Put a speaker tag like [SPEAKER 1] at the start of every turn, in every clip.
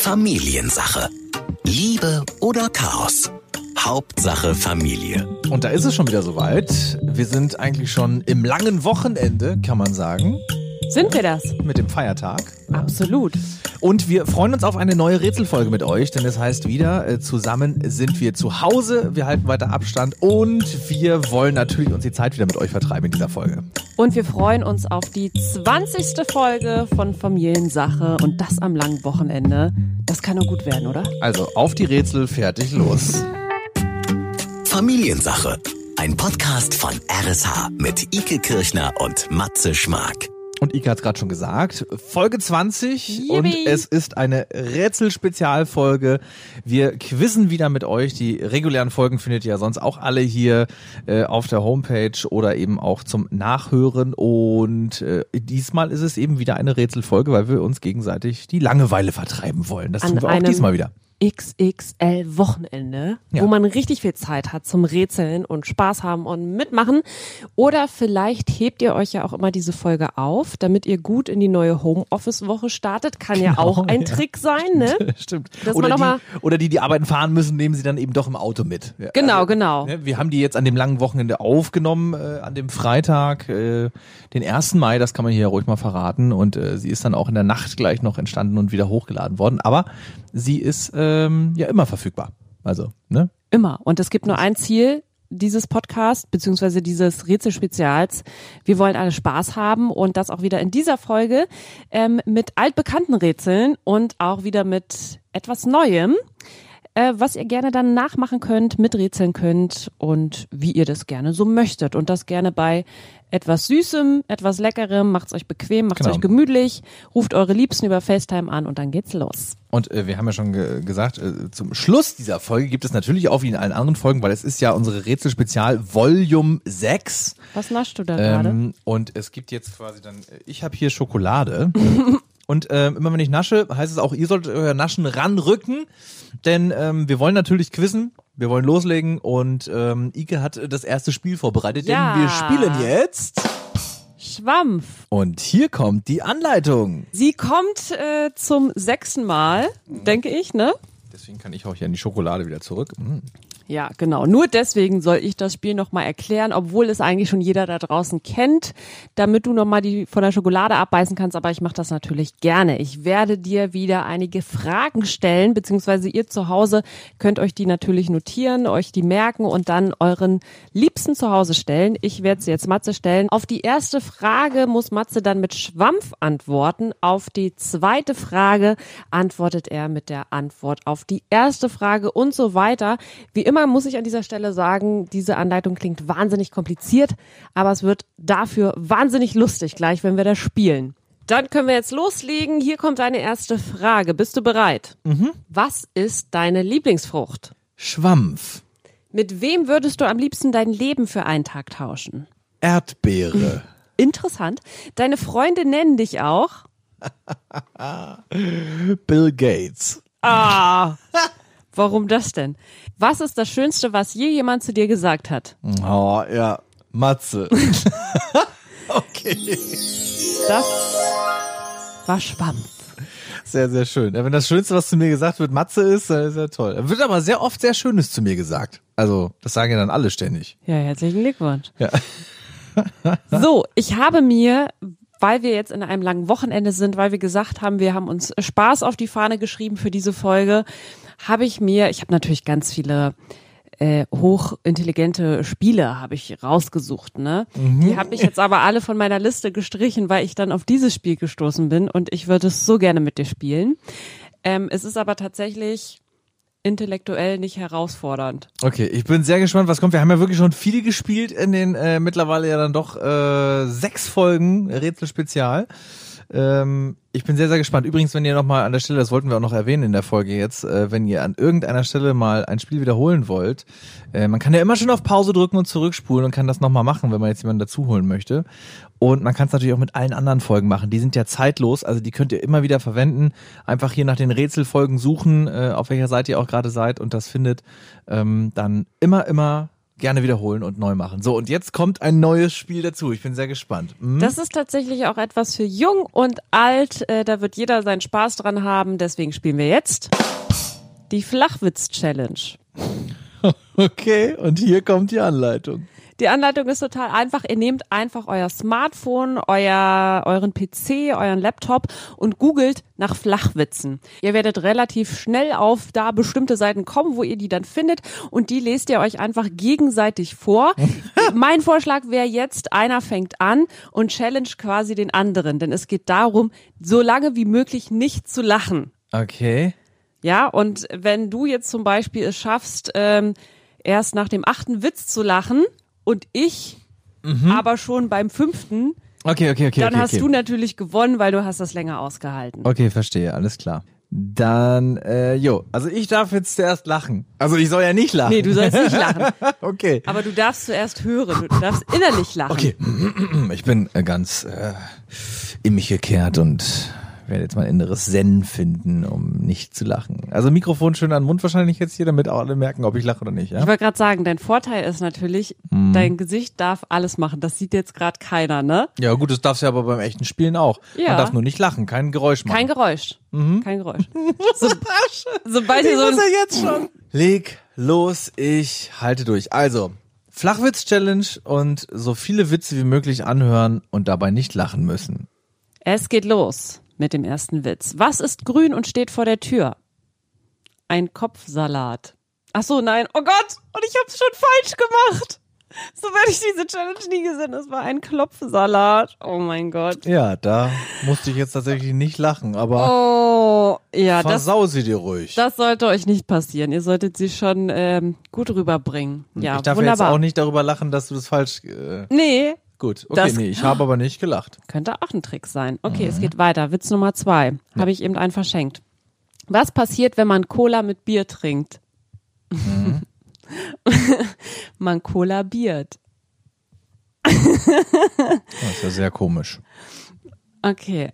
[SPEAKER 1] Familiensache. Liebe oder Chaos? Hauptsache Familie.
[SPEAKER 2] Und da ist es schon wieder soweit. Wir sind eigentlich schon im langen Wochenende, kann man sagen,
[SPEAKER 3] Sind wir das?
[SPEAKER 2] mit dem Feiertag.
[SPEAKER 3] Absolut.
[SPEAKER 2] Und wir freuen uns auf eine neue Rätselfolge mit euch, denn es heißt wieder, äh, zusammen sind wir zu Hause, wir halten weiter Abstand und wir wollen natürlich uns die Zeit wieder mit euch vertreiben in dieser Folge.
[SPEAKER 3] Und wir freuen uns auf die 20. Folge von Familiensache und das am langen Wochenende. Das kann nur gut werden, oder?
[SPEAKER 2] Also auf die Rätsel, fertig, los.
[SPEAKER 1] Familiensache. Ein Podcast von RSH mit Ike Kirchner und Matze Schmark.
[SPEAKER 2] Und Ike hat es gerade schon gesagt, Folge 20
[SPEAKER 3] Yippie.
[SPEAKER 2] und es ist eine Rätsel-Spezialfolge. Wir quizzen wieder mit euch. Die regulären Folgen findet ihr ja sonst auch alle hier äh, auf der Homepage oder eben auch zum Nachhören. Und äh, diesmal ist es eben wieder eine Rätselfolge, weil wir uns gegenseitig die Langeweile vertreiben wollen. Das
[SPEAKER 3] An
[SPEAKER 2] tun wir auch
[SPEAKER 3] einem-
[SPEAKER 2] diesmal wieder.
[SPEAKER 3] XXL-Wochenende,
[SPEAKER 2] Ja.
[SPEAKER 3] wo man richtig viel Zeit hat zum Rätseln und Spaß haben und mitmachen. Oder vielleicht hebt ihr euch ja auch immer diese Folge auf, damit ihr gut in die neue Homeoffice-Woche startet. Kann ja
[SPEAKER 2] Genau,
[SPEAKER 3] auch ein
[SPEAKER 2] ja.
[SPEAKER 3] Trick sein, ne?
[SPEAKER 2] Stimmt.
[SPEAKER 3] Dass man
[SPEAKER 2] Oder
[SPEAKER 3] noch mal-
[SPEAKER 2] die, oder die, die arbeiten fahren müssen, nehmen sie dann eben doch im Auto mit. Ja,
[SPEAKER 3] Genau, genau.
[SPEAKER 2] Ne, wir haben die jetzt an dem langen Wochenende aufgenommen, äh, an dem Freitag, äh, den 1. Mai, das kann man hier ruhig mal verraten. Und äh, sie ist dann auch in der Nacht gleich noch entstanden und wieder hochgeladen worden. Aber sie ist ähm, ja immer verfügbar. Also, ne?
[SPEAKER 3] Immer. Und es gibt nur ein Ziel dieses Podcast beziehungsweise dieses Rätselspezials. Wir wollen alle Spaß haben und das auch wieder in dieser Folge ähm, mit altbekannten Rätseln und auch wieder mit etwas Neuem, äh, was ihr gerne dann nachmachen könnt, miträtseln könnt und wie ihr das gerne so möchtet. Und das gerne bei etwas Süßem, etwas Leckerem, macht's euch bequem, macht's
[SPEAKER 2] Genau.
[SPEAKER 3] euch gemütlich, ruft eure Liebsten über FaceTime an und dann geht's los.
[SPEAKER 2] Und äh, wir haben ja schon ge gesagt, äh, zum Schluss dieser Folge gibt es natürlich auch wie in allen anderen Folgen, weil es ist ja unsere Rätselspezial Volume 6.
[SPEAKER 3] Was naschst du da gerade?
[SPEAKER 2] Ähm, und es gibt jetzt quasi dann, äh, ich habe hier Schokolade. Und ähm, immer wenn ich nasche, heißt es auch, ihr solltet euer Naschen ranrücken, denn ähm, wir wollen natürlich quizzen, wir wollen loslegen und ähm, Ike hat äh, das erste Spiel vorbereitet,
[SPEAKER 3] Ja.
[SPEAKER 2] denn wir spielen jetzt.
[SPEAKER 3] Schwampf.
[SPEAKER 2] Und hier kommt die Anleitung.
[SPEAKER 3] Sie kommt äh, zum sechsten Mal, denke ich, ne?
[SPEAKER 2] Deswegen kann ich auch hier an die Schokolade wieder zurück. Mm.
[SPEAKER 3] Ja, genau. Nur deswegen soll ich das Spiel nochmal erklären, obwohl es eigentlich schon jeder da draußen kennt, damit du nochmal die von der Schokolade abbeißen kannst. Aber ich mache das natürlich gerne. Ich werde dir wieder einige Fragen stellen, beziehungsweise ihr zu Hause könnt euch die natürlich notieren, euch die merken und dann euren Liebsten zu Hause stellen. Ich werde sie jetzt Matze stellen. Auf die erste Frage muss Matze dann mit Schwampf antworten. Auf die zweite Frage antwortet er mit der Antwort auf die erste Frage und so weiter. Wie immer muss ich an dieser Stelle sagen, diese Anleitung klingt wahnsinnig kompliziert, aber es wird dafür wahnsinnig lustig gleich, wenn wir das spielen. Dann können wir jetzt loslegen. Hier kommt deine erste Frage. Bist du bereit? Was ist deine Lieblingsfrucht?
[SPEAKER 2] Schwampf,
[SPEAKER 3] Mit wem würdest du am liebsten dein Leben für einen Tag tauschen?
[SPEAKER 2] Erdbeere,
[SPEAKER 3] Interessant. Deine Freunde nennen dich auch.
[SPEAKER 2] Bill Gates,
[SPEAKER 3] Ah. Warum das denn? Was ist das Schönste, was je jemand zu dir gesagt hat?
[SPEAKER 2] oh ja, Matze. okay.
[SPEAKER 3] Das war Schwampf.
[SPEAKER 2] Sehr, sehr schön. Ja, Wenn das Schönste, was zu mir gesagt wird, Matze ist, dann ist ja toll. Wird aber sehr oft sehr Schönes zu mir gesagt. Also, das sagen ja dann alle ständig.
[SPEAKER 3] Ja, herzlichen Glückwunsch.
[SPEAKER 2] Ja.
[SPEAKER 3] So, ich habe mir, weil wir jetzt in einem langen Wochenende sind, weil wir gesagt haben, wir haben uns Spaß auf die Fahne geschrieben für diese Folge, habe ich mir, ich habe natürlich ganz viele äh, hochintelligente Spiele habe ich rausgesucht, ne? Die habe ich jetzt aber alle von meiner Liste gestrichen, weil ich dann auf dieses Spiel gestoßen bin und ich würde es so gerne mit dir spielen. Ähm, es ist aber tatsächlich intellektuell nicht herausfordernd.
[SPEAKER 2] Okay, ich bin sehr gespannt, was kommt. Wir haben ja wirklich schon viele gespielt in den äh, mittlerweile ja dann doch äh, sechs Folgen Rätsel-Spezial. Ähm, ich bin sehr, sehr gespannt. Übrigens, wenn ihr nochmal an der Stelle, das wollten wir auch noch erwähnen in der Folge jetzt, äh, wenn ihr an irgendeiner Stelle mal ein Spiel wiederholen wollt, äh, man kann ja immer schon auf Pause drücken und zurückspulen und kann das nochmal machen, wenn man jetzt jemanden dazu holen möchte. Und man kann es natürlich auch mit allen anderen Folgen machen. Die sind ja zeitlos, also die könnt ihr immer wieder verwenden. Einfach hier nach den Rätselfolgen suchen, äh, auf welcher Seite ihr auch gerade seid und das findet. Ähm, dann immer, immer gerne wiederholen und neu machen. So, und jetzt kommt ein neues Spiel dazu. Ich bin sehr gespannt. Hm?
[SPEAKER 3] Das ist tatsächlich auch etwas für jung und alt. Äh, da wird jeder seinen Spaß dran haben. Deswegen spielen wir jetzt die Flachwitz-Challenge.
[SPEAKER 2] Okay, und hier kommt die Anleitung.
[SPEAKER 3] Die Anleitung ist total einfach. Ihr nehmt einfach euer Smartphone, euer, euren PC, euren Laptop und googelt nach Flachwitzen. Ihr werdet relativ schnell auf da bestimmte Seiten kommen, wo ihr die dann findet und die lest ihr euch einfach gegenseitig vor. mein Vorschlag wäre jetzt, einer fängt an und challenge quasi den anderen, denn es geht darum, so lange wie möglich nicht zu lachen.
[SPEAKER 2] Okay.
[SPEAKER 3] Ja, und wenn du jetzt zum Beispiel es schaffst, ähm, erst nach dem achten Witz zu lachen und ich aber schon beim fünften,
[SPEAKER 2] Mhm. Okay, okay, okay.
[SPEAKER 3] dann
[SPEAKER 2] okay,
[SPEAKER 3] hast
[SPEAKER 2] okay. Oh.
[SPEAKER 3] du ne- natürlich gewonnen, weil du hast das länger ausgehalten.
[SPEAKER 2] Okay, verstehe, alles klar. Dann, äh, jo, also ich darf jetzt zuerst lachen. Also ich soll ja nicht lachen.
[SPEAKER 3] Nee, du sollst nicht lachen,
[SPEAKER 2] okay.
[SPEAKER 3] aber du darfst zuerst hören, du darfst innerlich lachen.
[SPEAKER 2] Okay, ich bin äh, ganz äh, in mich gekehrt und werde jetzt mein inneres Zen finden, um nicht zu lachen. Also Mikrofon schön an den Mund wahrscheinlich jetzt hier, damit auch alle merken, ob ich lache oder nicht. Ja? Mhm.
[SPEAKER 3] Ich wollte gerade sagen, dein Vorteil ist natürlich, dein Gesicht darf alles machen. Das sieht jetzt gerade keiner, ne?
[SPEAKER 2] Ja gut, das darfst du aber beim echten Spielen auch.
[SPEAKER 3] Ja.
[SPEAKER 2] Man darf nur nicht lachen, kein Geräusch machen.
[SPEAKER 3] Kein Geräusch.
[SPEAKER 2] Mhm.
[SPEAKER 3] Kein Geräusch. So, sobald ihr so ein
[SPEAKER 2] jetzt schon. Leg los, ich halte durch. Also, Flachwitz-Challenge und so viele Witze wie möglich anhören und dabei nicht lachen müssen.
[SPEAKER 3] Es geht los mit dem ersten Witz. Was ist grün und steht vor der Tür? Ein Kopfsalat. Ach so, nein. Oh Gott, und ich hab's schon falsch gemacht. So werde ich diese Challenge nie gesehen. Es war ein Klopfsalat. Oh mein Gott.
[SPEAKER 2] Ja, da musste ich jetzt tatsächlich nicht lachen, aber
[SPEAKER 3] Oh, ja, das,
[SPEAKER 2] versau sie dir ruhig.
[SPEAKER 3] das sollte euch nicht passieren. Ihr solltet sie schon ähm, gut rüberbringen. Ja,
[SPEAKER 2] Hm, ich darf
[SPEAKER 3] wunderbar.
[SPEAKER 2] jetzt auch nicht darüber lachen, dass du das falsch. Äh,
[SPEAKER 3] Nee,
[SPEAKER 2] gut, okay,
[SPEAKER 3] Das-
[SPEAKER 2] nee, ich habe aber nicht gelacht.
[SPEAKER 3] Könnte auch ein Trick sein. Okay, es geht weiter. Witz Nummer zwei. Habe ich eben einen verschenkt. Was passiert, wenn man Cola mit Bier trinkt? man kollabiert.
[SPEAKER 2] Das ist ja sehr komisch.
[SPEAKER 3] Okay.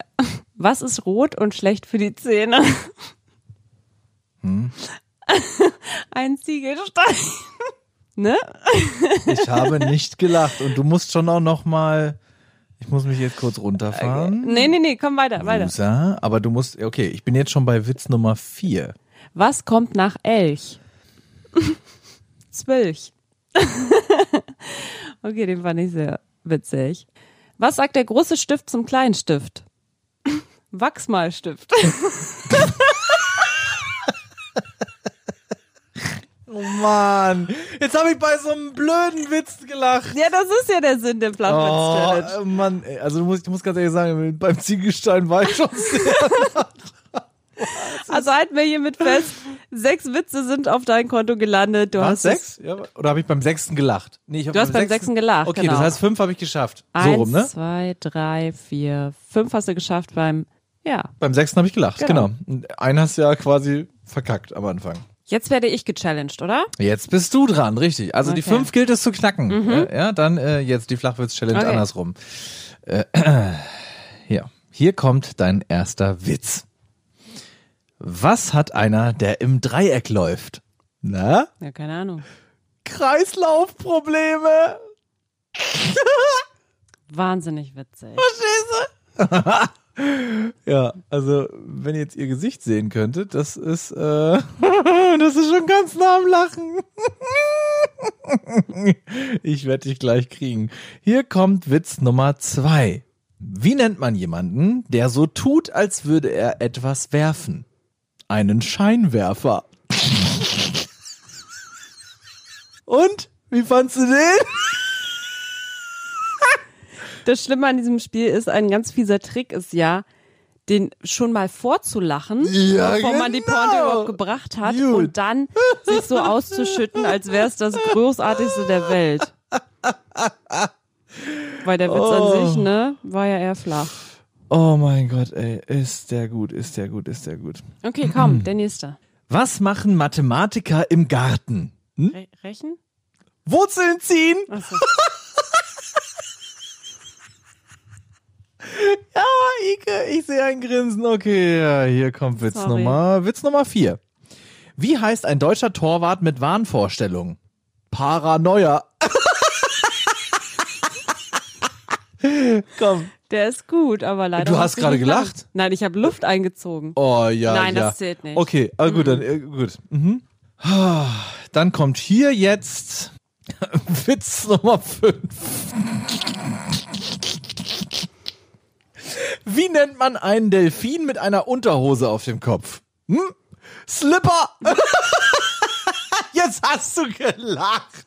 [SPEAKER 3] Was ist rot und schlecht für die Zähne? Ein Ziegelstein. ne?
[SPEAKER 2] Ich habe nicht gelacht und du musst schon auch noch mal. Ich muss mich jetzt kurz runterfahren.
[SPEAKER 3] Nee, nee, nee, komm weiter, weiter.
[SPEAKER 2] Musa, aber du musst. Okay, ich bin jetzt schon bei Witz Nummer vier.
[SPEAKER 3] Was kommt nach Elch? Zwölch. okay, den fand ich sehr witzig. Was sagt der große Stift zum kleinen Stift? Wachsmalstift.
[SPEAKER 2] Oh Mann, jetzt habe ich bei so einem blöden Witz gelacht.
[SPEAKER 3] ja, das ist ja der Sinn der
[SPEAKER 2] Oh,
[SPEAKER 3] Flachwitz-Challenge.
[SPEAKER 2] äh, Mann, ey, also du musst, ich muss ganz ehrlich sagen, beim Ziegelstein war ich schon sehr.
[SPEAKER 3] also halten wir hiermit fest, sechs Witze sind auf dein Konto gelandet. Du
[SPEAKER 2] Waren
[SPEAKER 3] hast
[SPEAKER 2] es sechs? Ja, oder habe ich beim sechsten gelacht? Nee, ich hab
[SPEAKER 3] Du hast beim sechsten gelacht,
[SPEAKER 2] Okay,
[SPEAKER 3] genau.
[SPEAKER 2] das heißt, fünf habe ich geschafft.
[SPEAKER 3] Eins,
[SPEAKER 2] so rum, ne?
[SPEAKER 3] zwei, drei, vier, fünf hast du geschafft beim, ja.
[SPEAKER 2] Beim sechsten habe ich gelacht,
[SPEAKER 3] Genau.
[SPEAKER 2] genau. Und Einen hast du ja quasi verkackt am Anfang.
[SPEAKER 3] Jetzt werde ich gechallenged, oder?
[SPEAKER 2] Jetzt bist du dran, richtig. Also die
[SPEAKER 3] Okay. Mhm.
[SPEAKER 2] fünf gilt es zu knacken. Äh, ja, dann äh, jetzt die Flachwitz-Challenge
[SPEAKER 3] Okay.
[SPEAKER 2] andersrum. Äh, ja, hier kommt dein erster Witz. Was hat einer, der im Dreieck läuft? Na?
[SPEAKER 3] Ja, keine Ahnung.
[SPEAKER 2] Kreislaufprobleme.
[SPEAKER 3] Wahnsinnig witzig.
[SPEAKER 2] Ja, also wenn ihr jetzt ihr Gesicht sehen könntet, das ist, äh, das ist schon ganz nah am Lachen. ich werde dich gleich kriegen. Hier kommt Witz Nummer zwei. Wie nennt man jemanden, der so tut, als würde er etwas werfen? Einen Scheinwerfer. Und? Wie fandst du den?
[SPEAKER 3] Das Schlimme an diesem Spiel ist, ein ganz fieser Trick ist ja, den schon mal vorzulachen,
[SPEAKER 2] Ja,
[SPEAKER 3] bevor man die
[SPEAKER 2] genau.
[SPEAKER 3] Pointe überhaupt gebracht hat
[SPEAKER 2] Gut.
[SPEAKER 3] und dann sich so auszuschütten, als wäre es das großartigste der Welt. Weil der Witz an
[SPEAKER 2] Oh.
[SPEAKER 3] sich, ne, war ja eher flach.
[SPEAKER 2] Oh mein Gott, ey, ist der gut, ist der gut, ist der gut.
[SPEAKER 3] Okay, komm, der nächste.
[SPEAKER 2] Was machen Mathematiker im Garten? Hm?
[SPEAKER 3] Re Rechen?
[SPEAKER 2] Wurzeln ziehen?
[SPEAKER 3] Achso.
[SPEAKER 2] Ja, Ah, Ike, ich sehe ein Grinsen. Okay, ja, hier kommt Witz
[SPEAKER 3] Sorry.
[SPEAKER 2] Nummer, Witz Nummer vier. Wie heißt ein deutscher Torwart mit Wahnvorstellung? Paranoia. Komm.
[SPEAKER 3] Der ist gut, aber leider.
[SPEAKER 2] Du hast
[SPEAKER 3] muss ich
[SPEAKER 2] gerade
[SPEAKER 3] nicht
[SPEAKER 2] gelacht?
[SPEAKER 3] lachen. Nein, ich habe Luft eingezogen.
[SPEAKER 2] Oh ja.
[SPEAKER 3] Nein,
[SPEAKER 2] ja.
[SPEAKER 3] das zählt nicht.
[SPEAKER 2] Okay, ah, gut, dann äh, gut. Mhm. Dann kommt hier jetzt Witz Nummer 5. Wie nennt man einen Delfin mit einer Unterhose auf dem Kopf? Hm? Slipper! jetzt hast du gelacht.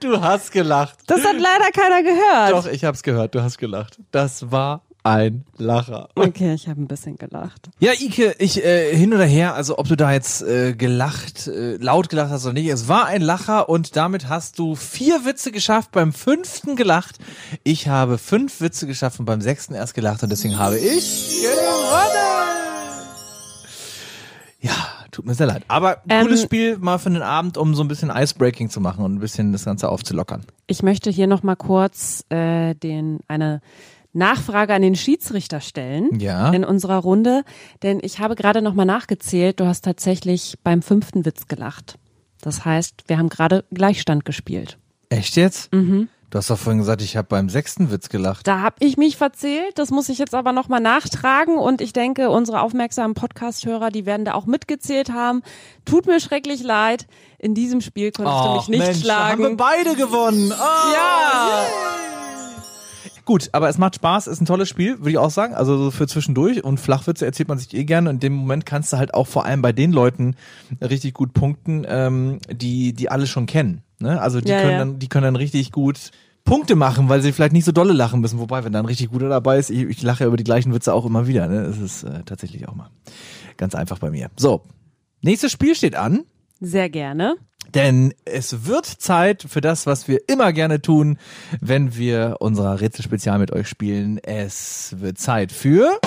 [SPEAKER 2] Du hast gelacht.
[SPEAKER 3] Das hat leider keiner gehört.
[SPEAKER 2] Doch, ich hab's gehört, du hast gelacht. Das war ein Lacher.
[SPEAKER 3] Okay, ich habe ein bisschen gelacht.
[SPEAKER 2] Ja, Ike, ich äh, hin oder her, also ob du da jetzt äh, gelacht, äh, laut gelacht hast oder nicht, es war ein Lacher und damit hast du vier Witze geschafft, beim fünften gelacht. Ich habe fünf Witze geschafft und beim sechsten erst gelacht und deswegen habe ich gewonnen. Ja, tut mir sehr leid. Aber
[SPEAKER 3] Ähm,
[SPEAKER 2] cooles Spiel mal für den Abend, um so ein bisschen Icebreaking zu machen und ein bisschen das Ganze aufzulockern.
[SPEAKER 3] Ich möchte hier nochmal kurz äh, den, eine Nachfrage an den Schiedsrichter stellen
[SPEAKER 2] Ja.
[SPEAKER 3] in unserer Runde, denn ich habe gerade nochmal nachgezählt, du hast tatsächlich beim fünften Witz gelacht. Das heißt, wir haben gerade Gleichstand gespielt.
[SPEAKER 2] Echt jetzt? Mhm. Du hast doch vorhin gesagt, ich habe beim sechsten Witz gelacht.
[SPEAKER 3] Da habe ich mich verzählt, das muss ich jetzt aber nochmal nachtragen und ich denke, unsere aufmerksamen Podcast-Hörer, die werden da auch mitgezählt haben. Tut mir schrecklich leid, in diesem Spiel konntest du mich nicht
[SPEAKER 2] Mensch, da
[SPEAKER 3] schlagen.
[SPEAKER 2] haben wir beide gewonnen. Ah.
[SPEAKER 3] ja!
[SPEAKER 2] Gut, aber es macht Spaß, ist ein tolles Spiel, würde ich auch sagen. Also so für zwischendurch und Flachwitze erzählt man sich eh gerne. Und in dem Moment kannst du halt auch vor allem bei den Leuten richtig gut punkten, ähm, die die alle schon kennen. Ne? Also die
[SPEAKER 3] Ja,
[SPEAKER 2] können
[SPEAKER 3] ja.
[SPEAKER 2] dann, die können dann richtig gut Punkte machen, weil sie vielleicht nicht so dolle lachen müssen. Wobei, wenn dann richtig guter dabei ist, ich, ich lache über die gleichen Witze auch immer wieder. Ne? Das ist äh, tatsächlich auch mal ganz einfach bei mir. So, nächstes Spiel steht an.
[SPEAKER 3] Sehr gerne.
[SPEAKER 2] Denn es wird Zeit für das, was wir immer gerne tun, wenn wir unser Rätselspezial mit euch spielen. Es wird Zeit für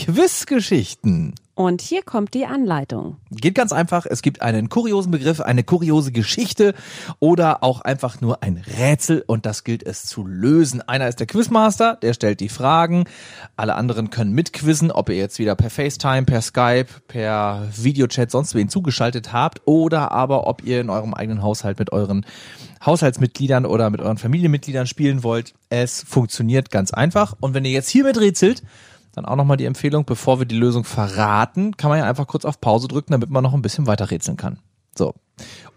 [SPEAKER 2] Quizgeschichten.
[SPEAKER 3] Und hier kommt die Anleitung.
[SPEAKER 2] Geht ganz einfach. Es gibt einen kuriosen Begriff, eine kuriose Geschichte oder auch einfach nur ein Rätsel und das gilt es zu lösen. Einer ist der Quizmaster, der stellt die Fragen. Alle anderen können mitquizzen, ob ihr jetzt wieder per FaceTime, per Skype, per Videochat sonst wen zugeschaltet habt oder aber ob ihr in eurem eigenen Haushalt mit euren Haushaltsmitgliedern oder mit euren Familienmitgliedern spielen wollt. Es funktioniert ganz einfach und wenn ihr jetzt hier mit rätselt, dann auch nochmal die Empfehlung, bevor wir die Lösung verraten, kann man ja einfach kurz auf Pause drücken, damit man noch ein bisschen weiter rätseln kann. So.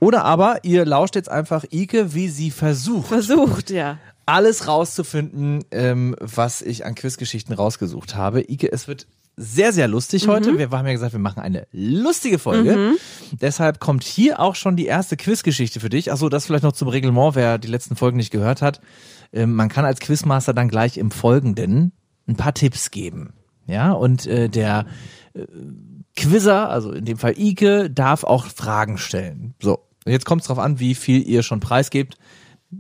[SPEAKER 2] Oder aber ihr lauscht jetzt einfach Ike, wie sie versucht,
[SPEAKER 3] Versucht, ja.
[SPEAKER 2] alles rauszufinden, ähm, was ich an Quizgeschichten rausgesucht habe. Ike, es wird sehr, sehr lustig heute. Wir haben ja gesagt, wir machen eine lustige Folge. Deshalb kommt hier auch schon die erste Quizgeschichte für dich. Achso, das vielleicht noch zum Reglement, wer die letzten Folgen nicht gehört hat. Ähm, man kann als Quizmaster dann gleich im Folgenden ein paar Tipps geben. Ja, und äh, der Quizzer, also in dem Fall Ike, darf auch Fragen stellen. So, und jetzt kommt es drauf an, wie viel ihr schon preisgebt.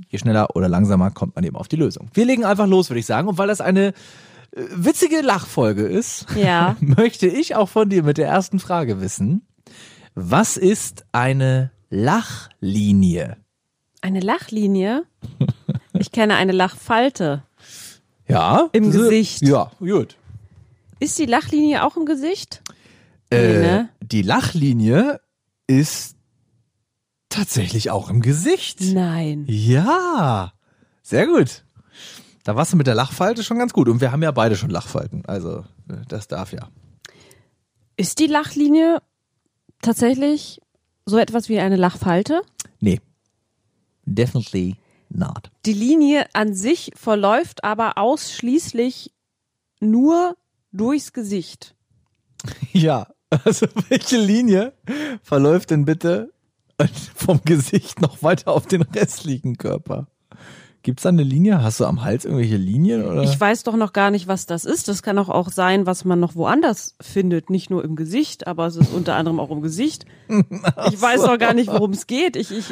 [SPEAKER 2] Je schneller oder langsamer kommt man eben auf die Lösung. Wir legen einfach los, würde ich sagen. Und weil das eine äh, witzige Lachfolge ist,
[SPEAKER 3] Ja.
[SPEAKER 2] möchte ich auch von dir mit der ersten Frage wissen, was ist eine Lachlinie?
[SPEAKER 3] Eine Lachlinie? Ich kenne eine Lachfalte.
[SPEAKER 2] Ja.
[SPEAKER 3] Im
[SPEAKER 2] so-
[SPEAKER 3] Gesicht.
[SPEAKER 2] Ja, gut.
[SPEAKER 3] Ist die Lachlinie auch im Gesicht? Nee,
[SPEAKER 2] Äh,
[SPEAKER 3] ne?
[SPEAKER 2] die Lachlinie ist tatsächlich auch im Gesicht.
[SPEAKER 3] Nein.
[SPEAKER 2] Ja, sehr gut. Da warst du mit der Lachfalte schon ganz gut. Und wir haben ja beide schon Lachfalten. Also, äh, das darf ja.
[SPEAKER 3] Ist die Lachlinie tatsächlich so etwas wie eine Lachfalte?
[SPEAKER 2] Nee. Definitely not.
[SPEAKER 3] Die Linie an sich verläuft aber ausschließlich nur durchs Gesicht.
[SPEAKER 2] Ja, also welche Linie verläuft denn bitte vom Gesicht noch weiter auf den restlichen Körper? Gibt's da eine Linie? Hast du am Hals irgendwelche Linien? Oder?
[SPEAKER 3] Ich weiß doch noch gar nicht, was das ist. Das kann doch auch sein, was man noch woanders findet. Nicht nur im Gesicht, aber es ist unter anderem auch im Gesicht. Ich weiß doch gar nicht, worum es geht. Ich, ich,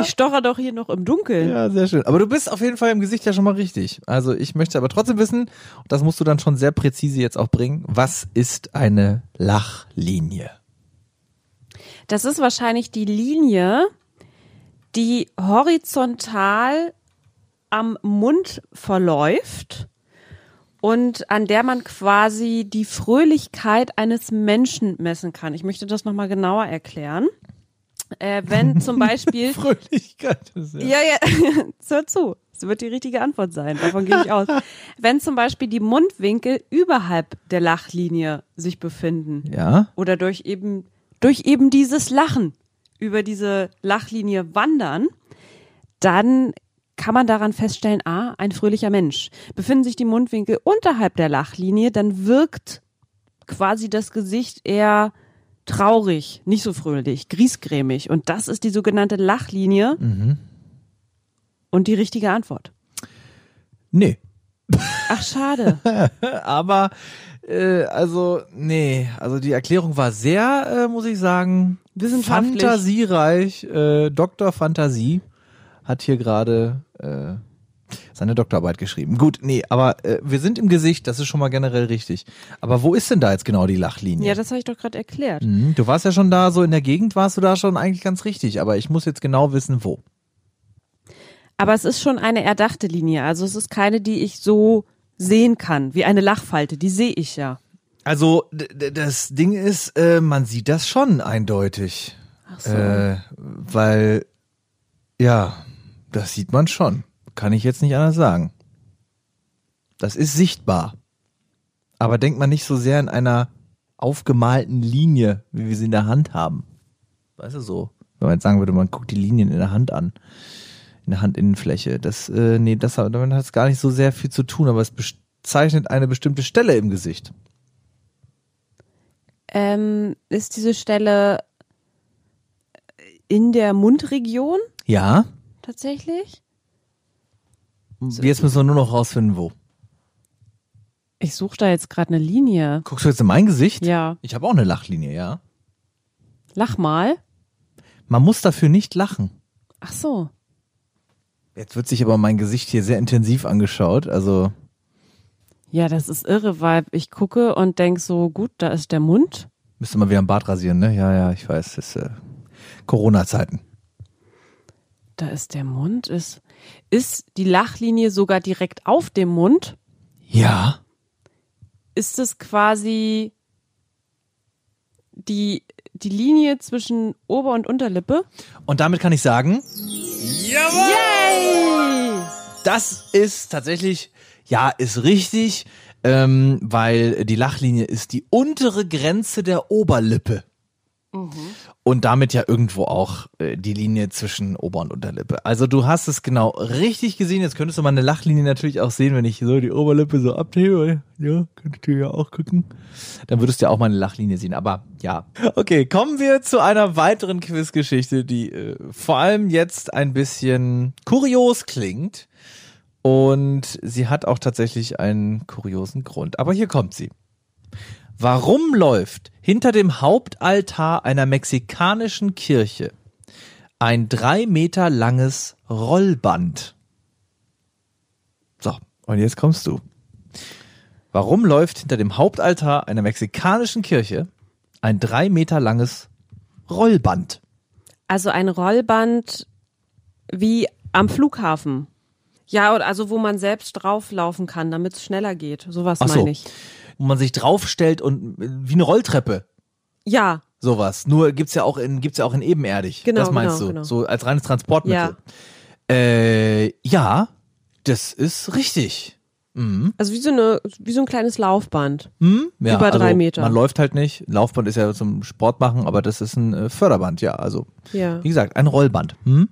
[SPEAKER 3] ich stoche doch hier noch im Dunkeln.
[SPEAKER 2] Ja, sehr schön. Aber du bist auf jeden Fall im Gesicht ja schon mal richtig. Also ich möchte aber trotzdem wissen, und das musst du dann schon sehr präzise jetzt auch bringen, was ist eine Lachlinie?
[SPEAKER 3] Das ist wahrscheinlich die Linie, die horizontal am Mund verläuft und an der man quasi die Fröhlichkeit eines Menschen messen kann. Ich möchte das nochmal genauer erklären. Äh, wenn zum Beispiel
[SPEAKER 2] Fröhlichkeit ist ja.
[SPEAKER 3] Ja, ja, jetzt hör zu. Das wird die richtige Antwort sein. Davon gehe ich aus. Wenn zum Beispiel die Mundwinkel überhalb der Lachlinie sich befinden
[SPEAKER 2] Ja.
[SPEAKER 3] oder durch eben, durch eben dieses Lachen über diese Lachlinie wandern, dann kann man daran feststellen, A, ein fröhlicher Mensch. Befinden sich die Mundwinkel unterhalb der Lachlinie, dann wirkt quasi das Gesicht eher traurig, nicht so fröhlich, griesgrämig. Und das ist die sogenannte Lachlinie und die richtige Antwort.
[SPEAKER 2] Nee.
[SPEAKER 3] Ach, schade.
[SPEAKER 2] Aber äh, also, nee, also die Erklärung war sehr, äh, muss ich sagen,
[SPEAKER 3] Wissenschaftlich.
[SPEAKER 2] fantasiereich. Äh, Dr. Fantasie hat hier gerade äh, seine Doktorarbeit geschrieben. Gut, nee, aber äh, wir sind im Gesicht, das ist schon mal generell richtig. Aber wo ist denn da jetzt genau die Lachlinie?
[SPEAKER 3] Ja, das habe ich doch gerade erklärt.
[SPEAKER 2] Mhm, du warst ja schon da, so in der Gegend warst du da schon eigentlich ganz richtig, aber ich muss jetzt genau wissen, wo.
[SPEAKER 3] Aber es ist schon eine erdachte Linie. Also es ist keine, die ich so sehen kann, wie eine Lachfalte. Die sehe ich ja.
[SPEAKER 2] Also d- d- das Ding ist, äh, man sieht das schon eindeutig,
[SPEAKER 3] Ach
[SPEAKER 2] äh, weil ja, das sieht man schon. Kann ich jetzt nicht anders sagen. Das ist sichtbar, aber denkt man nicht so sehr in einer aufgemalten Linie, wie wir sie in der Hand haben. Weißt du so, wenn man jetzt sagen würde, man guckt die Linien in der Hand an, in der Handinnenfläche. Das, äh, nee, das hat- damit hat es gar nicht so sehr viel zu tun, aber es bezeichnet eine bestimmte Stelle im Gesicht.
[SPEAKER 3] ähm, ist diese Stelle in der Mundregion
[SPEAKER 2] Ja.
[SPEAKER 3] tatsächlich?
[SPEAKER 2] Jetzt müssen wir nur noch rausfinden, wo.
[SPEAKER 3] Ich suche da jetzt gerade eine Linie.
[SPEAKER 2] Guckst du jetzt in mein Gesicht?
[SPEAKER 3] Ja,
[SPEAKER 2] Ich habe auch eine Lachlinie, ja.
[SPEAKER 3] lach mal.
[SPEAKER 2] Man muss dafür nicht lachen.
[SPEAKER 3] Ach so.
[SPEAKER 2] Jetzt wird sich aber mein Gesicht hier sehr intensiv angeschaut. Also,
[SPEAKER 3] Ja, das ist irre, weil ich gucke und denk so, gut, da ist der Mund.
[SPEAKER 2] müsste mal wieder am Bart rasieren, ne? Ja, ja, ich weiß. Das ist äh, Corona-Zeiten.
[SPEAKER 3] Da ist der Mund. Ist, ist die Lachlinie sogar direkt auf dem Mund?
[SPEAKER 2] Ja.
[SPEAKER 3] ist es quasi die, die Linie zwischen Ober- und Unterlippe.
[SPEAKER 2] Und damit kann ich sagen,
[SPEAKER 3] Yay!
[SPEAKER 2] das ist tatsächlich, ja, ist richtig, ähm, weil die Lachlinie ist die untere Grenze der Oberlippe. Und damit ja irgendwo auch äh, die Linie zwischen Ober- und Unterlippe. Also du hast es genau richtig gesehen. Jetzt könntest du meine Lachlinie natürlich auch sehen, wenn ich so die Oberlippe so abhebe. Ja, könntest du ja auch gucken. Dann würdest du ja auch meine Lachlinie sehen. Aber ja. Okay, kommen wir zu einer weiteren Quizgeschichte, die äh, vor allem jetzt ein bisschen kurios klingt. Und sie hat auch tatsächlich einen kuriosen Grund. Aber hier kommt sie. Warum läuft hinter dem Hauptaltar einer mexikanischen Kirche ein drei Meter langes Rollband? So, und jetzt kommst du. Warum läuft hinter dem Hauptaltar einer mexikanischen Kirche ein drei Meter langes Rollband?
[SPEAKER 3] Also ein Rollband wie am Flughafen. Ja, und also wo man selbst drauflaufen kann, damit es schneller geht. Sowas
[SPEAKER 2] Ach so.
[SPEAKER 3] meine ich.
[SPEAKER 2] Wo man sich draufstellt und äh, wie eine Rolltreppe
[SPEAKER 3] Ja,
[SPEAKER 2] Sowas. Nur gibt's ja auch in gibt's ja auch in ebenerdig.
[SPEAKER 3] Genau,
[SPEAKER 2] das meinst
[SPEAKER 3] genau,
[SPEAKER 2] du.
[SPEAKER 3] genau.
[SPEAKER 2] So als reines Transportmittel. Ja. Äh, ja, das ist richtig.
[SPEAKER 3] also wie so, eine, wie so ein kleines Laufband.
[SPEAKER 2] Hm? Ja,
[SPEAKER 3] Über drei
[SPEAKER 2] also
[SPEAKER 3] Meter.
[SPEAKER 2] Man läuft halt nicht. Laufband ist ja zum Sport machen, aber das ist ein äh, Förderband, ja. Also,
[SPEAKER 3] Ja.
[SPEAKER 2] wie gesagt, ein Rollband. Hm?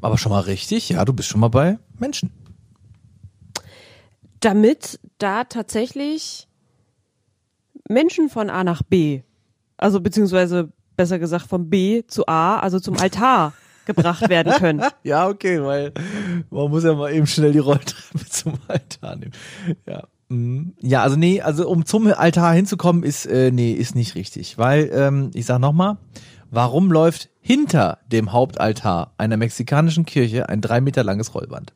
[SPEAKER 2] Aber schon mal richtig, ja, du bist schon mal bei Menschen.
[SPEAKER 3] Damit da tatsächlich Menschen von A nach B, also beziehungsweise besser gesagt von B zu A, also zum Altar gebracht werden können.
[SPEAKER 2] Ja, okay, weil man muss ja mal eben schnell die Rolltreppe zum Altar nehmen. Ja. Mhm. Ja, also nee, also um zum Altar hinzukommen, ist, äh, nee, ist nicht richtig. Weil, ähm, ich sag nochmal, warum läuft hinter dem Hauptaltar einer mexikanischen Kirche ein drei Meter langes Rollband?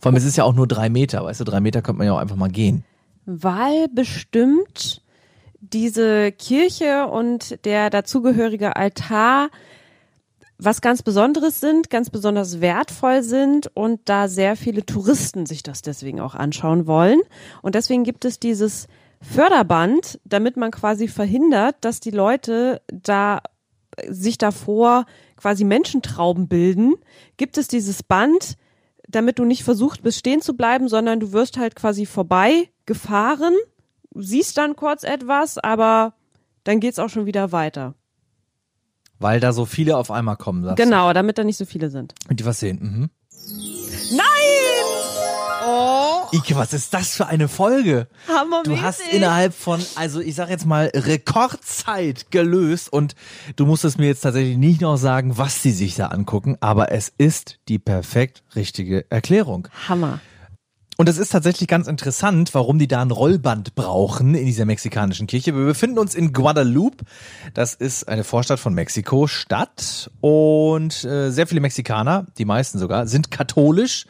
[SPEAKER 2] Vor allem, es ist ja auch nur drei Meter, weißt du, drei Meter könnte man ja auch einfach mal gehen.
[SPEAKER 3] weil bestimmt diese Kirche und der dazugehörige Altar was ganz Besonderes sind, ganz besonders wertvoll sind und da sehr viele Touristen sich das deswegen auch anschauen wollen. Und deswegen gibt es dieses Förderband, damit man quasi verhindert, dass die Leute da äh, sich davor quasi Menschentrauben bilden, gibt es dieses Band, damit du nicht versucht bist, stehen zu bleiben, sondern du wirst halt quasi vorbei gefahren, siehst dann kurz etwas, aber dann geht's auch schon wieder weiter.
[SPEAKER 2] Weil da so viele auf einmal kommen. sagst du.
[SPEAKER 3] Genau, damit da nicht so viele sind.
[SPEAKER 2] Und die was sehen. Mhm.
[SPEAKER 3] Nein! Oh,
[SPEAKER 2] Ike, was ist das für eine Folge?
[SPEAKER 3] hammermäßig.
[SPEAKER 2] Du hast innerhalb von, also ich sag jetzt mal, Rekordzeit gelöst und du musstest mir jetzt tatsächlich nicht noch sagen, was sie sich da angucken, aber es ist die perfekt richtige Erklärung.
[SPEAKER 3] Hammer.
[SPEAKER 2] Und es ist tatsächlich ganz interessant, warum die da ein Rollband brauchen in dieser mexikanischen Kirche. Wir befinden uns in Guadalupe. Das ist eine Vorstadt von Mexiko-Stadt. Und äh, sehr viele Mexikaner, die meisten sogar, sind katholisch.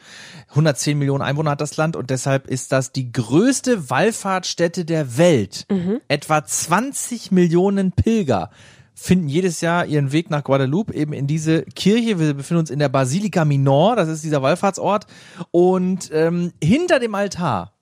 [SPEAKER 2] 110 Millionen Einwohner hat das Land und deshalb ist das die größte Wallfahrtsstätte der Welt. Etwa 20 Millionen Pilger finden jedes Jahr ihren Weg nach Guadeloupe, eben in diese Kirche. Wir befinden uns in der Basilika Minor, das ist dieser Wallfahrtsort. Und ähm, hinter dem Altar,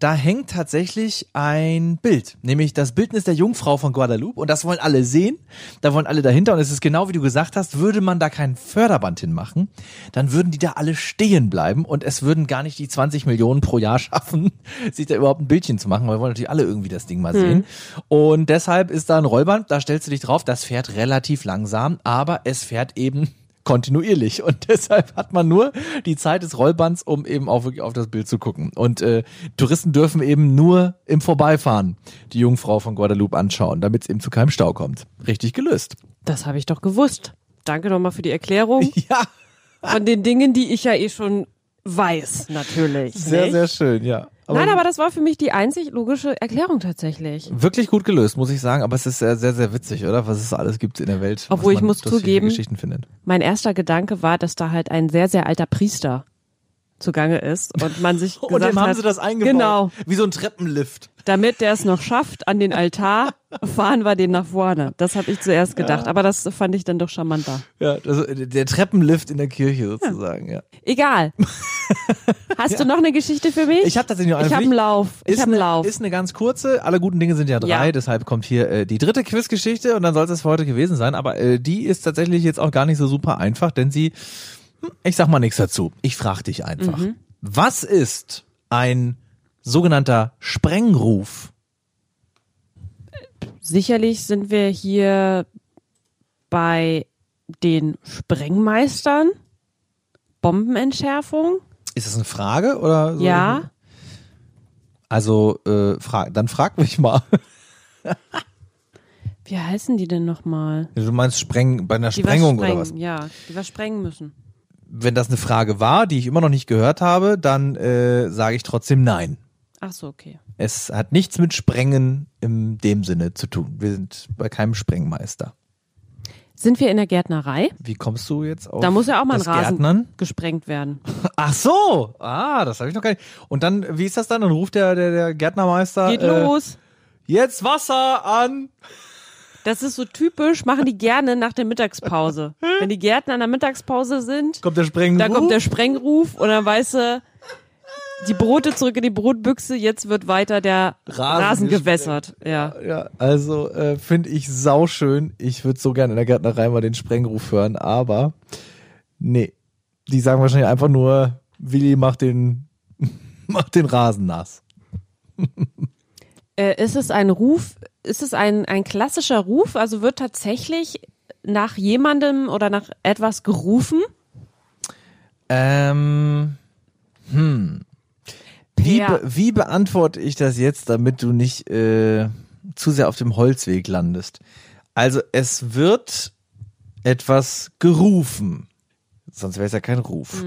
[SPEAKER 2] da hängt tatsächlich ein Bild, nämlich das Bildnis der Jungfrau von Guadeloupe. Und das wollen alle sehen, da wollen alle dahinter. Und es ist genau wie du gesagt hast, würde man da kein Förderband hinmachen, dann würden die da alle stehen bleiben und es würden gar nicht die 20 Millionen pro Jahr schaffen, sich da überhaupt ein Bildchen zu machen, weil wir wollen natürlich alle irgendwie das Ding mal sehen. Und deshalb ist da ein Rollband, da stellst du dich drauf, das fährt relativ langsam, aber es fährt eben kontinuierlich und deshalb hat man nur die Zeit des Rollbands, um eben auch wirklich auf das Bild zu gucken. Und äh, Touristen dürfen eben nur im Vorbeifahren die Jungfrau von Guadeloupe anschauen, damit es eben zu keinem Stau kommt. Richtig gelöst.
[SPEAKER 3] Das habe ich doch gewusst. Danke nochmal für die Erklärung
[SPEAKER 2] Ja,
[SPEAKER 3] von den Dingen, die ich ja eh schon weiß, natürlich.
[SPEAKER 2] sehr,
[SPEAKER 3] nicht?
[SPEAKER 2] sehr schön, ja.
[SPEAKER 3] Nein, aber das war für mich die einzig logische Erklärung tatsächlich.
[SPEAKER 2] wirklich gut gelöst, muss ich sagen. Aber es ist sehr, sehr, sehr witzig, oder? Was es alles gibt in der Welt.
[SPEAKER 3] Obwohl,
[SPEAKER 2] was
[SPEAKER 3] ich
[SPEAKER 2] man
[SPEAKER 3] muss
[SPEAKER 2] lustige
[SPEAKER 3] zugeben-
[SPEAKER 2] Geschichten findet.
[SPEAKER 3] Mein erster Gedanke war, dass da halt ein sehr, sehr alter Priester zugange ist und man sich gesagt
[SPEAKER 2] Und dem haben
[SPEAKER 3] hat,
[SPEAKER 2] sie das eingebaut.
[SPEAKER 3] Genau,
[SPEAKER 2] Wie so ein Treppenlift.
[SPEAKER 3] damit der es noch schafft an den Altar, fahren wir den nach vorne. Das habe ich zuerst gedacht, aber das fand ich dann doch charmanter.
[SPEAKER 2] Ja, das, der Treppenlift in der Kirche sozusagen, ja.
[SPEAKER 3] Egal. Hast du noch eine Geschichte für mich?
[SPEAKER 2] Ich habe tatsächlich noch eine
[SPEAKER 3] Ich habe
[SPEAKER 2] für
[SPEAKER 3] einen
[SPEAKER 2] dich.
[SPEAKER 3] Lauf. Ich
[SPEAKER 2] ist
[SPEAKER 3] habe
[SPEAKER 2] eine-
[SPEAKER 3] einen Lauf.
[SPEAKER 2] Ist eine ganz kurze. Alle guten Dinge sind ja drei,
[SPEAKER 3] Ja.
[SPEAKER 2] deshalb kommt hier äh, die dritte Quizgeschichte und dann soll es für heute gewesen sein. Aber äh, die ist tatsächlich jetzt auch gar nicht so super einfach, denn sie, hm, ich sag mal nichts dazu. Ich frage dich einfach.
[SPEAKER 3] Mhm.
[SPEAKER 2] Was ist ein sogenannter Sprengruf?
[SPEAKER 3] Sicherlich sind wir hier bei den Sprengmeistern. Bombenentschärfung?
[SPEAKER 2] Ist das eine Frage oder? So
[SPEAKER 3] Ja.
[SPEAKER 2] Also äh, fra dann frag mich mal.
[SPEAKER 3] Wie heißen die denn nochmal?
[SPEAKER 2] Du meinst Spreng bei einer
[SPEAKER 3] Die
[SPEAKER 2] Sprengung
[SPEAKER 3] was sprengen,
[SPEAKER 2] oder was?
[SPEAKER 3] Ja, die was sprengen müssen.
[SPEAKER 2] Wenn das eine Frage war, die ich immer noch nicht gehört habe, dann äh, sage ich trotzdem nein.
[SPEAKER 3] Ach so, okay.
[SPEAKER 2] Es hat nichts mit Sprengen in dem Sinne zu tun. Wir sind bei keinem Sprengmeister.
[SPEAKER 3] Sind wir in der Gärtnerei?
[SPEAKER 2] Wie kommst du jetzt auf
[SPEAKER 3] Da muss ja auch mal ein
[SPEAKER 2] das
[SPEAKER 3] Rasen
[SPEAKER 2] Gärtnern?
[SPEAKER 3] gesprengt werden.
[SPEAKER 2] Ach so, ah, das habe ich noch gar nicht. Und dann, wie ist das dann? Dann ruft der, der, der Gärtnermeister
[SPEAKER 3] Geht
[SPEAKER 2] äh,
[SPEAKER 3] los.
[SPEAKER 2] jetzt Wasser an.
[SPEAKER 3] Das ist so typisch, machen die gerne nach der Mittagspause. Wenn die Gärtner in der Mittagspause sind,
[SPEAKER 2] Kommt der Sprengen.
[SPEAKER 3] da kommt der Sprengruf und dann weißt du, die Brote zurück in die Brotbüchse, jetzt wird weiter der
[SPEAKER 2] Rasen
[SPEAKER 3] Rasen, gewässert. Ja.
[SPEAKER 2] ja, also äh, finde ich sauschön. Ich würde so gerne in der Gärtnerei mal den Sprengruf hören, aber nee. Die sagen wahrscheinlich einfach nur, Willi macht den, macht den Rasen nass.
[SPEAKER 3] Äh, ist es ein Ruf, ist es ein, ein klassischer Ruf? Also wird tatsächlich nach jemandem oder nach etwas gerufen?
[SPEAKER 2] Ähm, hm. Wie,
[SPEAKER 3] Per-
[SPEAKER 2] be wie beantworte ich das jetzt, damit du nicht äh, zu sehr auf dem Holzweg landest? Also es wird etwas gerufen. Sonst wäre es ja kein Ruf.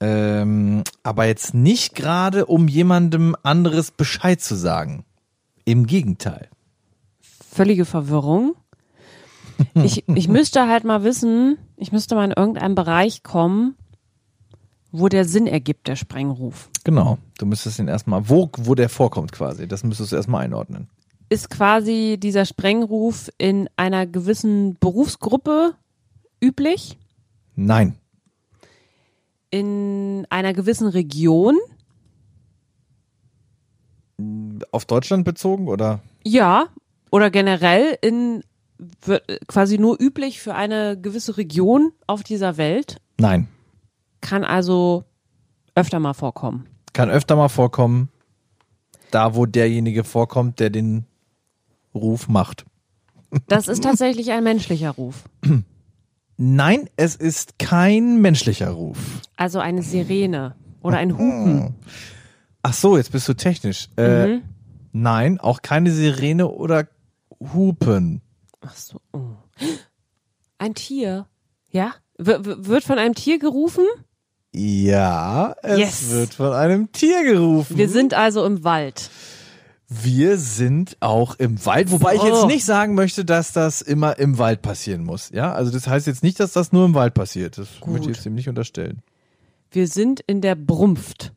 [SPEAKER 2] Ähm, aber jetzt nicht gerade, um jemandem anderes Bescheid zu sagen. Im Gegenteil.
[SPEAKER 3] Völlige Verwirrung. Ich, ich müsste halt mal wissen, ich müsste mal in irgendeinen Bereich kommen, wo der Sinn ergibt, der Sprengruf.
[SPEAKER 2] Genau. Du müsstest ihn erstmal, wo, wo der vorkommt quasi, das müsstest du erstmal einordnen.
[SPEAKER 3] ist quasi dieser Sprengruf in einer gewissen Berufsgruppe üblich,
[SPEAKER 2] Nein.
[SPEAKER 3] in einer gewissen Region.
[SPEAKER 2] auf Deutschland bezogen oder?
[SPEAKER 3] Ja, oder generell in wird quasi nur üblich für eine gewisse Region auf dieser Welt,
[SPEAKER 2] Nein.
[SPEAKER 3] kann also öfter mal vorkommen.
[SPEAKER 2] Kann öfter mal vorkommen, da wo derjenige vorkommt, der den Ruf macht.
[SPEAKER 3] Das ist tatsächlich ein menschlicher Ruf.
[SPEAKER 2] Nein, es ist kein menschlicher Ruf.
[SPEAKER 3] Also eine Sirene oder ein Hupen.
[SPEAKER 2] Ach so, jetzt bist du technisch. Äh,
[SPEAKER 3] Mhm.
[SPEAKER 2] Nein, auch keine Sirene oder Hupen.
[SPEAKER 3] Ach so. oh. Ein Tier. Ja? W w- wird von einem Tier gerufen?
[SPEAKER 2] Ja, es
[SPEAKER 3] Yes.
[SPEAKER 2] wird von einem Tier gerufen.
[SPEAKER 3] Wir sind also im Wald.
[SPEAKER 2] Wir sind auch im Wald, wobei ich jetzt
[SPEAKER 3] Oh.
[SPEAKER 2] nicht sagen möchte, dass das immer im Wald passieren muss. Ja, also das heißt jetzt nicht, dass das nur im Wald passiert. Das würde ich jetzt ihm nicht unterstellen.
[SPEAKER 3] Wir sind in der Brunft.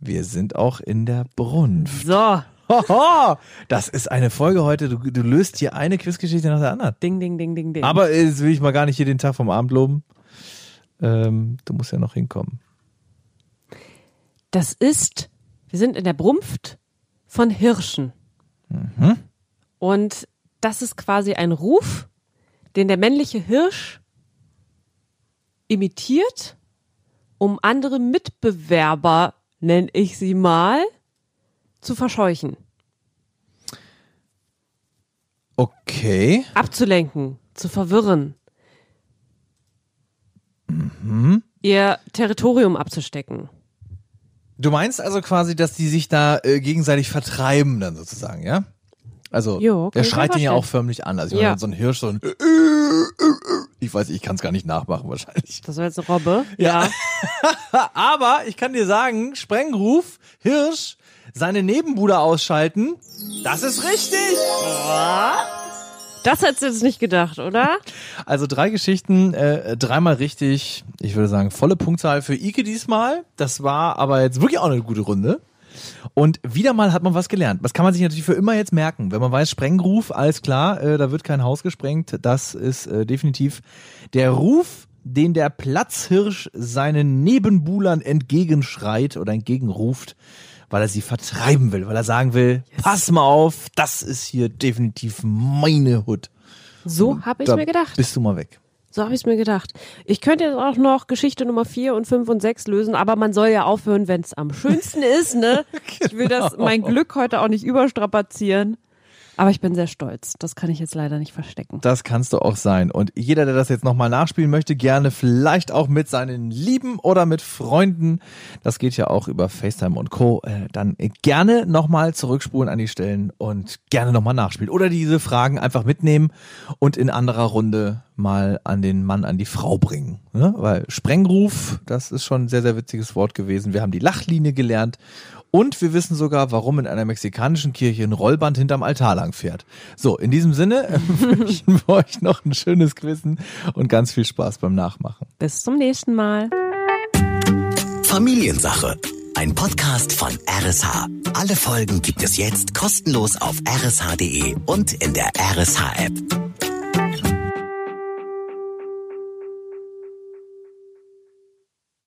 [SPEAKER 2] Wir sind auch in der Brunft.
[SPEAKER 3] So.
[SPEAKER 2] Hoho, das ist eine Folge heute. Du, du löst hier eine Quizgeschichte nach der anderen.
[SPEAKER 3] Ding, ding, ding, ding, ding.
[SPEAKER 2] Aber äh, das will ich mal gar nicht hier den Tag vom Abend loben. Ähm, du musst ja noch hinkommen.
[SPEAKER 3] das ist, wir sind in der Brunft von Hirschen. Und das ist quasi ein Ruf, den der männliche Hirsch imitiert, um andere Mitbewerber, nenne ich sie mal, zu verscheuchen,
[SPEAKER 2] Okay.
[SPEAKER 3] abzulenken, zu verwirren. Ihr Territorium abzustecken.
[SPEAKER 2] Du meinst also quasi, dass die sich da äh, gegenseitig vertreiben dann sozusagen, ja? Also
[SPEAKER 3] Jo, kann
[SPEAKER 2] er
[SPEAKER 3] ich mir
[SPEAKER 2] schreit den ja auch
[SPEAKER 3] vorstellen.
[SPEAKER 2] förmlich an. Also ich
[SPEAKER 3] Ja.
[SPEAKER 2] meine, so ein Hirsch, so ein Ich weiß, ich kann es gar nicht nachmachen wahrscheinlich.
[SPEAKER 3] Das war jetzt eine Robbe.
[SPEAKER 2] Ja. Aber ich kann dir sagen, Sprengruf, Hirsch, seine Nebenbude ausschalten. Das ist richtig.
[SPEAKER 3] Das hättest du jetzt nicht gedacht, oder?
[SPEAKER 2] Also drei Geschichten, äh, dreimal richtig. Ich würde sagen, volle Punktzahl für Ike diesmal. Das war aber jetzt wirklich auch eine gute Runde. Und wieder mal hat man was gelernt. Das kann man sich natürlich für immer jetzt merken. Wenn man weiß, Sprengruf, alles klar, äh, da wird kein Haus gesprengt. Das ist äh, definitiv der Ruf, den der Platzhirsch seinen Nebenbuhlern entgegenschreit oder entgegenruft, weil er sie vertreiben will, weil er sagen will, pass mal auf, das ist hier definitiv meine Hut.
[SPEAKER 3] So habe ich
[SPEAKER 2] Da
[SPEAKER 3] mir gedacht.
[SPEAKER 2] Bist du mal weg.
[SPEAKER 3] So habe ich es mir gedacht. Ich könnte jetzt auch noch Geschichte Nummer 4 und 5 und 6 lösen, aber man soll ja aufhören, wenn es am schönsten ist, ne? Ich will das mein Glück heute auch nicht überstrapazieren. Aber ich bin sehr stolz. Das kann ich jetzt leider nicht verstecken.
[SPEAKER 2] Das kannst du auch sein. Und jeder, der das jetzt nochmal nachspielen möchte, gerne vielleicht auch mit seinen Lieben oder mit Freunden. Das geht ja auch über FaceTime und Co. Äh, Dann gerne nochmal zurückspulen an die Stellen und gerne nochmal nachspielen. Oder diese Fragen einfach mitnehmen und in anderer Runde mal an den Mann, an die Frau bringen. Ne? Weil Sprengruf, das ist schon ein sehr, sehr witziges Wort gewesen. Wir haben die Lachlinie gelernt. Und wir wissen sogar, warum in einer mexikanischen Kirche ein Rollband hinterm Altar lang fährt. So, in diesem Sinne äh, wünschen wir euch noch ein schönes Quissen und ganz viel Spaß beim Nachmachen.
[SPEAKER 3] Bis zum nächsten Mal.
[SPEAKER 1] Familiensache. Ein Podcast von RSH. E Alle Folgen gibt es jetzt kostenlos auf rsh.de und in der RSH-App.